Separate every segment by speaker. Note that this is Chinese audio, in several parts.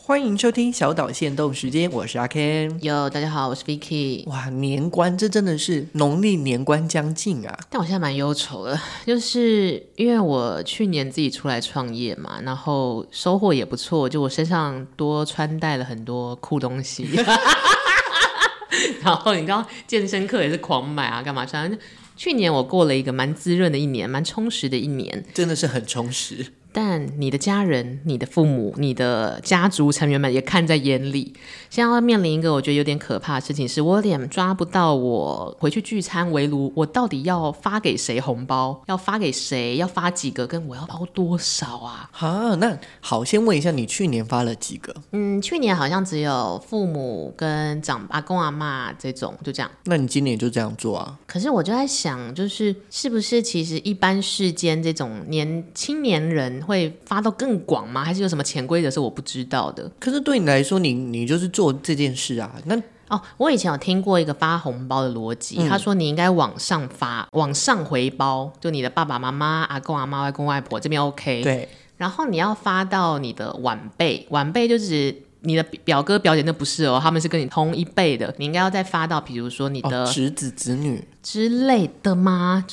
Speaker 1: 欢迎收听小岛限动时间，我是阿 Ken。
Speaker 2: 哟，大家好，我是 Vicky。
Speaker 1: 哇，年关这真的是农历年关将近啊！
Speaker 2: 但我现在蛮忧愁的， 就是因为我去年自己出来创业嘛，然后收获也不错，就我身上多穿戴了很多酷东西。 然后你知道健身课也是狂买啊，干嘛？反正去年我过了一个蛮滋润的一年，蛮充实的一年。
Speaker 1: 真的是很充实。
Speaker 2: 但你的家人、你的父母、你的家族成员们也看在眼里。现在要面临一个我觉得有点可怕的事情是，我有点抓不到我回去聚餐围炉，我到底要发给谁红包？要发给谁？要发几个？跟我要包多少啊？
Speaker 1: 哈，那好，先问一下，你去年发了几个？
Speaker 2: 嗯，去年好像只有父母跟长阿公阿妈这种，就这样。
Speaker 1: 那你今年就这样做啊？
Speaker 2: 可是我就在想，就是是不是其实一般世间这种年青年人会发到更广吗？还是有什么潜规则是我不知道的？
Speaker 1: 可是对你来说，你你就是做这件事啊。那
Speaker 2: 哦，我以前有听过一个发红包的逻辑，
Speaker 1: 嗯
Speaker 2: 他说你应该往上发，往上回包，就你的爸爸妈妈、阿公阿妈、外公外婆这边 OK，
Speaker 1: 对，
Speaker 2: 然后你要发到你的晚辈，晚辈就指。你的表哥表姐那不是哦，他们是跟你同一辈的，你应该要再发到，比如说你的
Speaker 1: 哦，侄子侄女，
Speaker 2: 之类的吗？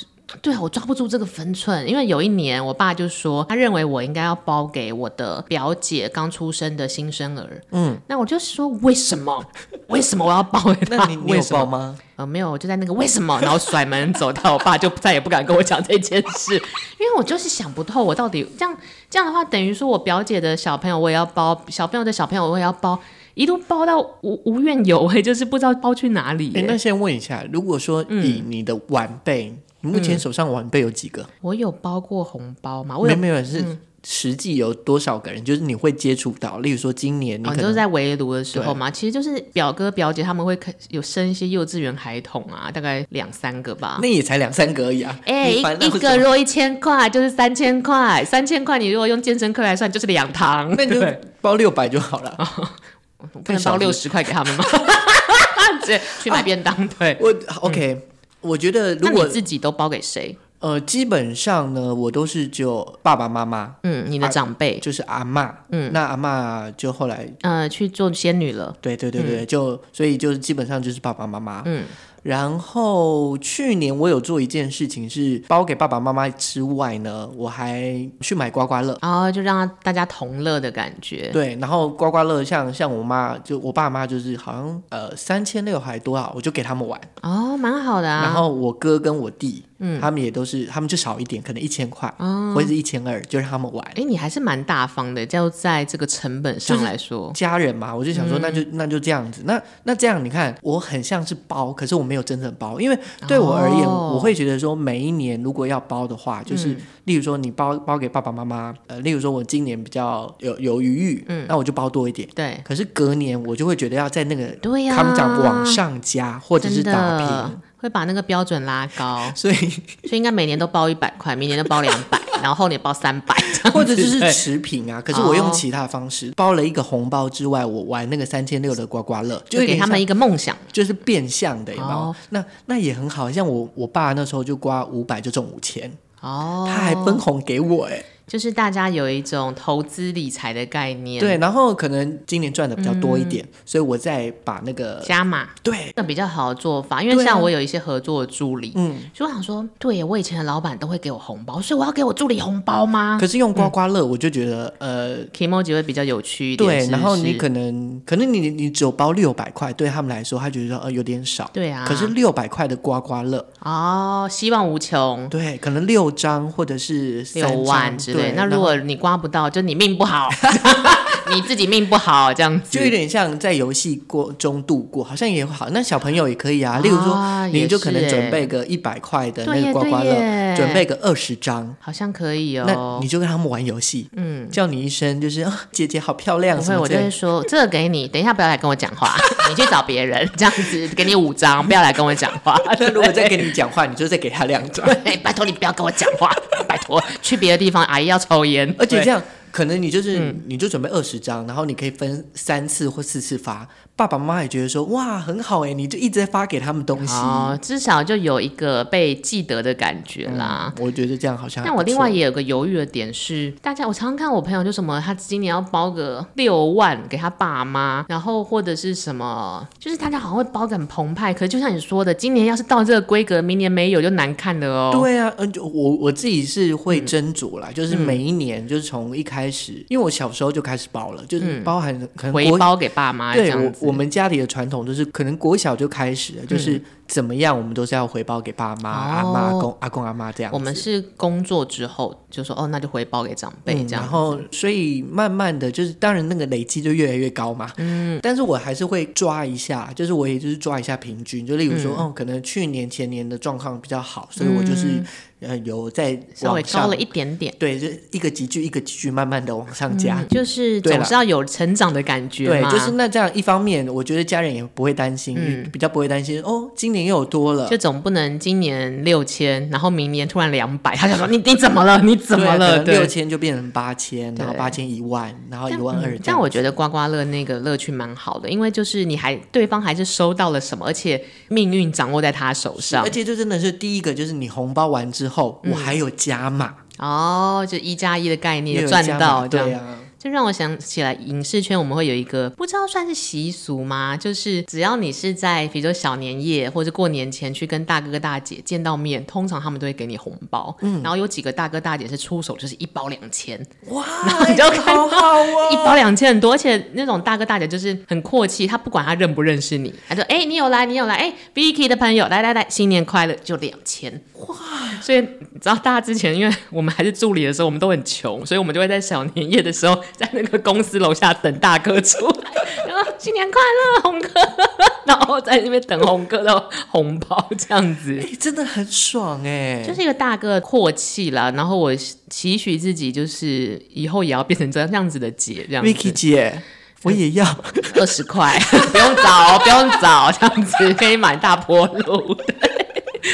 Speaker 2: 对啊，我抓不住这个分寸，因为有一年我爸就说，他认为我应该要包给我的表姐刚出生的新生儿。嗯，那我就说为什么？为什么我要 包给他？
Speaker 1: 那你你
Speaker 2: 为
Speaker 1: 有
Speaker 2: 什么
Speaker 1: 报？吗？
Speaker 2: 呃，没有，我就在那个为什么，然后甩门走到我爸就再也不敢跟我讲这件事，因为我就是想不透，我到底这样这样的话，等于说我表姐的小朋友我也要包，小朋友的小朋友我也要包，一路包到无无怨有为，就是不知道包去哪里耶、
Speaker 1: 哎，那先问一下，如果说
Speaker 2: 嗯
Speaker 1: 以你的晚辈，你目前手上晚辈有几个？
Speaker 2: 我有包过红包吗？嗯我
Speaker 1: 没
Speaker 2: 有嗯
Speaker 1: 有没有是。实际有多少个人，就是你会接触到？例如说，今年你
Speaker 2: 哦，
Speaker 1: 可
Speaker 2: 你就
Speaker 1: 能
Speaker 2: 是在围炉的时候嘛，其实就是表哥表姐他们会看有生一些幼稚园孩童啊，大概两三个吧。
Speaker 1: 那也才两三个而已啊！
Speaker 2: 啊哎、
Speaker 1: 你
Speaker 2: 一
Speaker 1: 烦恼
Speaker 2: 一
Speaker 1: 什么
Speaker 2: 个若一千块就是三千块，三千块你如果用健身课来算就是两堂，
Speaker 1: 那你就
Speaker 2: 对
Speaker 1: 包六百就好了。
Speaker 2: 哦不能包
Speaker 1: 太少
Speaker 2: 六
Speaker 1: 了
Speaker 2: 十块给他 们吗？直接去买便当，对。
Speaker 1: 我 OK，、我觉得哦如
Speaker 2: 那你
Speaker 1: 果
Speaker 2: 自己都包给谁？
Speaker 1: 呃，基本上呢，我都是就爸爸妈妈，
Speaker 2: 嗯，你的长辈，
Speaker 1: 就是阿嬷。嗯，那阿嬷就后来，
Speaker 2: 呃，去做仙女了。
Speaker 1: 对对对对，
Speaker 2: 嗯
Speaker 1: 就所以就是基本上就是爸爸妈妈。嗯，然后去年我有做一件事情是包给爸爸妈妈之外呢，我还去买刮刮乐。
Speaker 2: 然后就让大家同乐的感觉，
Speaker 1: 对，然后刮刮乐像像我妈就我爸妈就是好像呃三千六还多少，我就给他们玩。
Speaker 2: 哦，蛮好的
Speaker 1: 然
Speaker 2: 啊。嗯
Speaker 1: 后我哥跟我弟，他们也都是，他们就少一点，可能一千块，或者是一千二，就让他们玩。
Speaker 2: 哦哎，你还是蛮大方的，就在这个成本上来说，
Speaker 1: 家人嘛，我就想说，那就、
Speaker 2: 嗯
Speaker 1: 那就这样子。那那这样，你看，我很像是包，可是我没有真正包，因为对我而言，
Speaker 2: 哦嗯
Speaker 1: 我会觉得说，每一年如果要包的话，就是、例如说你包包给爸爸妈妈，呃，例如说我今年比较有有余裕，那我就包多一点。
Speaker 2: 嗯对
Speaker 1: 可是隔年我就会觉得要在那个
Speaker 2: 对呀、
Speaker 1: 康长往上加，或者是
Speaker 2: 真
Speaker 1: 打
Speaker 2: 的
Speaker 1: 平，，
Speaker 2: 会把那个标准拉高
Speaker 1: 所 以
Speaker 2: 所以应该每年都包一百块，明年都包两 百，然后后年包三百，
Speaker 1: 或者就是
Speaker 2: 对
Speaker 1: 持平啊。可是我用
Speaker 2: 哦
Speaker 1: 其他方式、包了一个红包之外，我玩那个三千六的刮刮乐，
Speaker 2: 就给他
Speaker 1: 有点
Speaker 2: 们
Speaker 1: 像
Speaker 2: 一个梦想。
Speaker 1: 就是变相的，有没有？
Speaker 2: 哦
Speaker 1: 那那也很好，像我我爸那时候就刮五百就中五千、
Speaker 2: 哦，
Speaker 1: 他还分红给我哎、
Speaker 2: 就是大家有一种投资理财的概念，，
Speaker 1: 对，然后可能今年赚的比较多一点，所以我再把那个
Speaker 2: 加码。
Speaker 1: 对
Speaker 2: 那比较好的做法，因为
Speaker 1: 对啊
Speaker 2: 像我有一些合作的助理，
Speaker 1: 嗯，
Speaker 2: 所以我想说，对我以前的老板都会给我红包，所以我要给我助理红包吗
Speaker 1: 可是用刮刮乐我就觉得、呃。
Speaker 2: k i m o j i 会比较有趣一点，
Speaker 1: 对，
Speaker 2: 是不
Speaker 1: 然后你
Speaker 2: 是
Speaker 1: 可能可能你你只有包六百块，对他们来说，他觉得说呃有点少。
Speaker 2: 对啊，
Speaker 1: 可是六百块的刮刮乐，
Speaker 2: 哦，希望无穷，
Speaker 1: 对，可能六张或者是
Speaker 2: 六
Speaker 1: 三
Speaker 2: 万
Speaker 1: 张
Speaker 2: 之
Speaker 1: 对
Speaker 2: 类。那
Speaker 1: 然
Speaker 2: 如
Speaker 1: 后
Speaker 2: 果你刮不到，就你命不 好，你自己命不好这样子
Speaker 1: 就有。点像在游戏过中度过，好像也好。那小朋友也可以啊，例如说，
Speaker 2: 啊
Speaker 1: 你就可能准，
Speaker 2: 也是欸
Speaker 1: 备个一百块的
Speaker 2: 对
Speaker 1: 那
Speaker 2: 耶
Speaker 1: 个刮刮
Speaker 2: 对
Speaker 1: 乐，
Speaker 2: 耶
Speaker 1: 准备个二十张，
Speaker 2: 好像可以
Speaker 1: 那
Speaker 2: 哦
Speaker 1: 你。就跟他们玩游戏，嗯，叫你一声就是啊，姐姐好漂亮，
Speaker 2: 不
Speaker 1: 什
Speaker 2: 会，
Speaker 1: 么
Speaker 2: 我
Speaker 1: 之
Speaker 2: 就
Speaker 1: 类
Speaker 2: 会
Speaker 1: 的。
Speaker 2: 说 这个给你，等一下不要来跟我讲话， 你去找别人这样子，给你五张，不要来跟我讲 话。
Speaker 1: 那如果再跟你讲话，你就再给他两张，
Speaker 2: 对，拜托你不要跟我讲话，拜托去别的地方，阿姨要抽烟。
Speaker 1: 而且这
Speaker 2: 样嗯
Speaker 1: 样可能你就是你就准备二十张，然后你可以分三次或四次发，爸爸妈妈也觉得说哇很好哎、你就一直在发给他们东西。
Speaker 2: 哦，至少就有一个被记得的感觉啦。
Speaker 1: 我觉得这样好像还
Speaker 2: 但我
Speaker 1: 不
Speaker 2: 另
Speaker 1: 错
Speaker 2: 外也有个犹豫的点是，大家我常常看我朋友就什么，他今年要包个六万给他爸妈，然后或者是什么，就是大家好像会包得很澎湃。可是就像你说的，今年要是到这个规格，明年没有就难看了哦。
Speaker 1: 对啊，嗯，就我我自己是会斟酌啦，就是每
Speaker 2: 嗯
Speaker 1: 一年，就是从一开始，因为我小时候就开始包了，就是包含可能
Speaker 2: 嗯回
Speaker 1: 国。
Speaker 2: 包给爸妈这
Speaker 1: 对
Speaker 2: 样
Speaker 1: 我
Speaker 2: 子。嗯
Speaker 1: 我们家里的传统就是，可能国小就开始了，就是怎么样，我们都是要回报给爸妈、阿妈、阿
Speaker 2: 哦
Speaker 1: 公、阿公、阿妈这样子。
Speaker 2: 我们是工作之后就说哦，那就回报给长辈
Speaker 1: 嗯
Speaker 2: 这样。
Speaker 1: 然后，所以慢慢的就是，当然那个累积就越来越高嘛。嗯，但是我还是会抓一下，就是我也就是抓一下平均，就例如
Speaker 2: 嗯
Speaker 1: 说，哦，可能去年前年的状况比较好，所以我就是、呃有在
Speaker 2: 嗯稍
Speaker 1: 往
Speaker 2: 微高
Speaker 1: 上
Speaker 2: 了一点点，
Speaker 1: 对，就一个集句一个集句慢慢的往上加。
Speaker 2: 嗯就是
Speaker 1: 对啦
Speaker 2: 总是要有成长的感觉
Speaker 1: 对，
Speaker 2: 嘛。
Speaker 1: 就是那这样，一方面我觉得家人也不会担心，
Speaker 2: 嗯
Speaker 1: 比较不会担心哦，今年又有多了
Speaker 2: 就，总不能今年六千，然后明年突然两百，他想说你你怎么了？你怎么了？对。
Speaker 1: 六千就变成八千，然后
Speaker 2: 对
Speaker 1: 八千一万，然啊后一
Speaker 2: 但
Speaker 1: 万二
Speaker 2: 嗯。但我觉
Speaker 1: 得
Speaker 2: 得刮刮乐那个乐趣蛮好的，因为就是你还对方还是收到了什么，而且命运掌握在他手上嗯
Speaker 1: 而。且就真的是哎第一个，就是你红包完之后，我还有加码，
Speaker 2: 哦，就一加一的概
Speaker 1: 也
Speaker 2: 念
Speaker 1: 有
Speaker 2: 赚
Speaker 1: 加码
Speaker 2: 到这样
Speaker 1: 对啊，
Speaker 2: 就让我想起来，影视圈我们会有一个不知道算是习俗吗？就是只要你是在比如说小年夜或者过年前去跟大哥哥大姐见到面，通常他们都会给你红包。
Speaker 1: 嗯
Speaker 2: 然后有几个大哥大姐是出手就是一包两千，
Speaker 1: 哇，
Speaker 2: 你就
Speaker 1: 哎
Speaker 2: 看
Speaker 1: 好好哦，
Speaker 2: 一包两千很多，而且那种大哥大姐就是很阔气，他不管他认不认识你，他说：“哎、你有来，你有来，哎、v i c k y 的朋友，来来来，新年快乐，就两千。”哇！所以你知道，大家之前因为我们还是助理的时候，我们都很穷，所以我们就会在小年夜的时候，在那个公司楼下等大哥出 来，然后新年快乐，红哥， 然后在那边等红哥的红包这样子。
Speaker 1: 哎真的很爽哎、
Speaker 2: 就是一个大哥的阔气啦，然后我期许自己就是以后也要变成这样这样子的姐，这样子。
Speaker 1: Vicky 姐，我也 要。
Speaker 2: 二十块，不用找，哦不用找，这样子可以买大坡路。对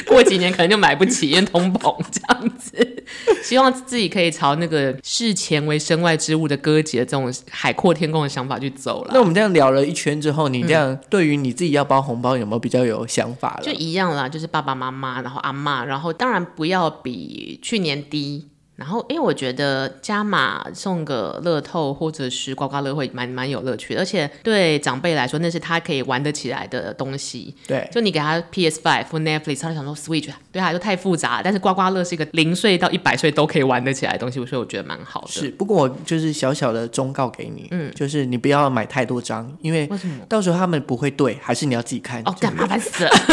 Speaker 2: 过几年可能就买不起，因为通膨这样子。希望自己可以朝那个视钱为身外之物的歌节这种海阔天空的想法去走
Speaker 1: 那
Speaker 2: 了。
Speaker 1: 我们这样聊了一圈之后，你这样对于你自己要包红包有没有比较有想法
Speaker 2: 就
Speaker 1: 了？
Speaker 2: 一样啦，就是爸爸妈妈，然后阿嬷，然后当然不要比去年低。然后，因为我觉得加码送个乐透或者是刮刮乐会蛮蛮有乐趣的，而且对长辈来说，那是他可以玩得起来的东西。
Speaker 1: 对，
Speaker 2: 就你给他 PS Five 或 Netflix，他就想说 Switch 对他来说太复杂了，但是刮刮乐是一个零岁到一百岁都可以玩得起来的东西，所以我觉得蛮好的。
Speaker 1: 是。不过我就是小小的忠告给你，嗯，就是你不要买太多张，因为
Speaker 2: 为什么？
Speaker 1: 到时候他们不会对，还是你要自己看。
Speaker 2: 哦，
Speaker 1: 就
Speaker 2: 干麻烦死了。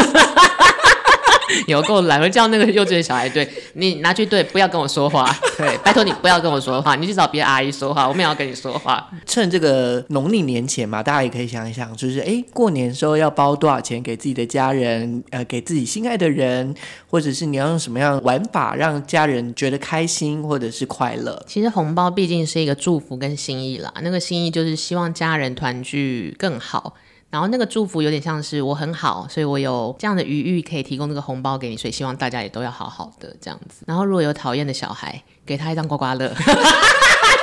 Speaker 2: 有够懒，我叫那个幼稚园小孩对你拿去对，不要跟我说话，对，拜托你不要跟我说话，你去找别的阿姨说话，我没有要跟你说话。
Speaker 1: 趁这个农历年前嘛，大家也可以想一想，就是哎，过年的时候要包多少钱给自己的家人，呃，给自己心爱的人，或者是你要用什么样的玩法让家人觉得开心或者是快乐。
Speaker 2: 其实红包毕竟是一个祝福跟心意啦，那个心意就是希望家人团聚更好。然后那个祝福有点像是我很好，所以我有这样的余裕可以提供这个红包给你，所以希望大家也都要好好的这样子。然后如果有讨厌的小孩， 给他一张刮刮乐，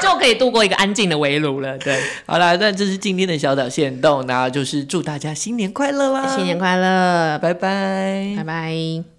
Speaker 2: 就可以度过一个安静的围炉了。 对，
Speaker 1: 好啦，那这是今天的小岛限动，那就是祝大家新年快乐啦！
Speaker 2: 新年快乐，
Speaker 1: 拜拜
Speaker 2: 拜拜。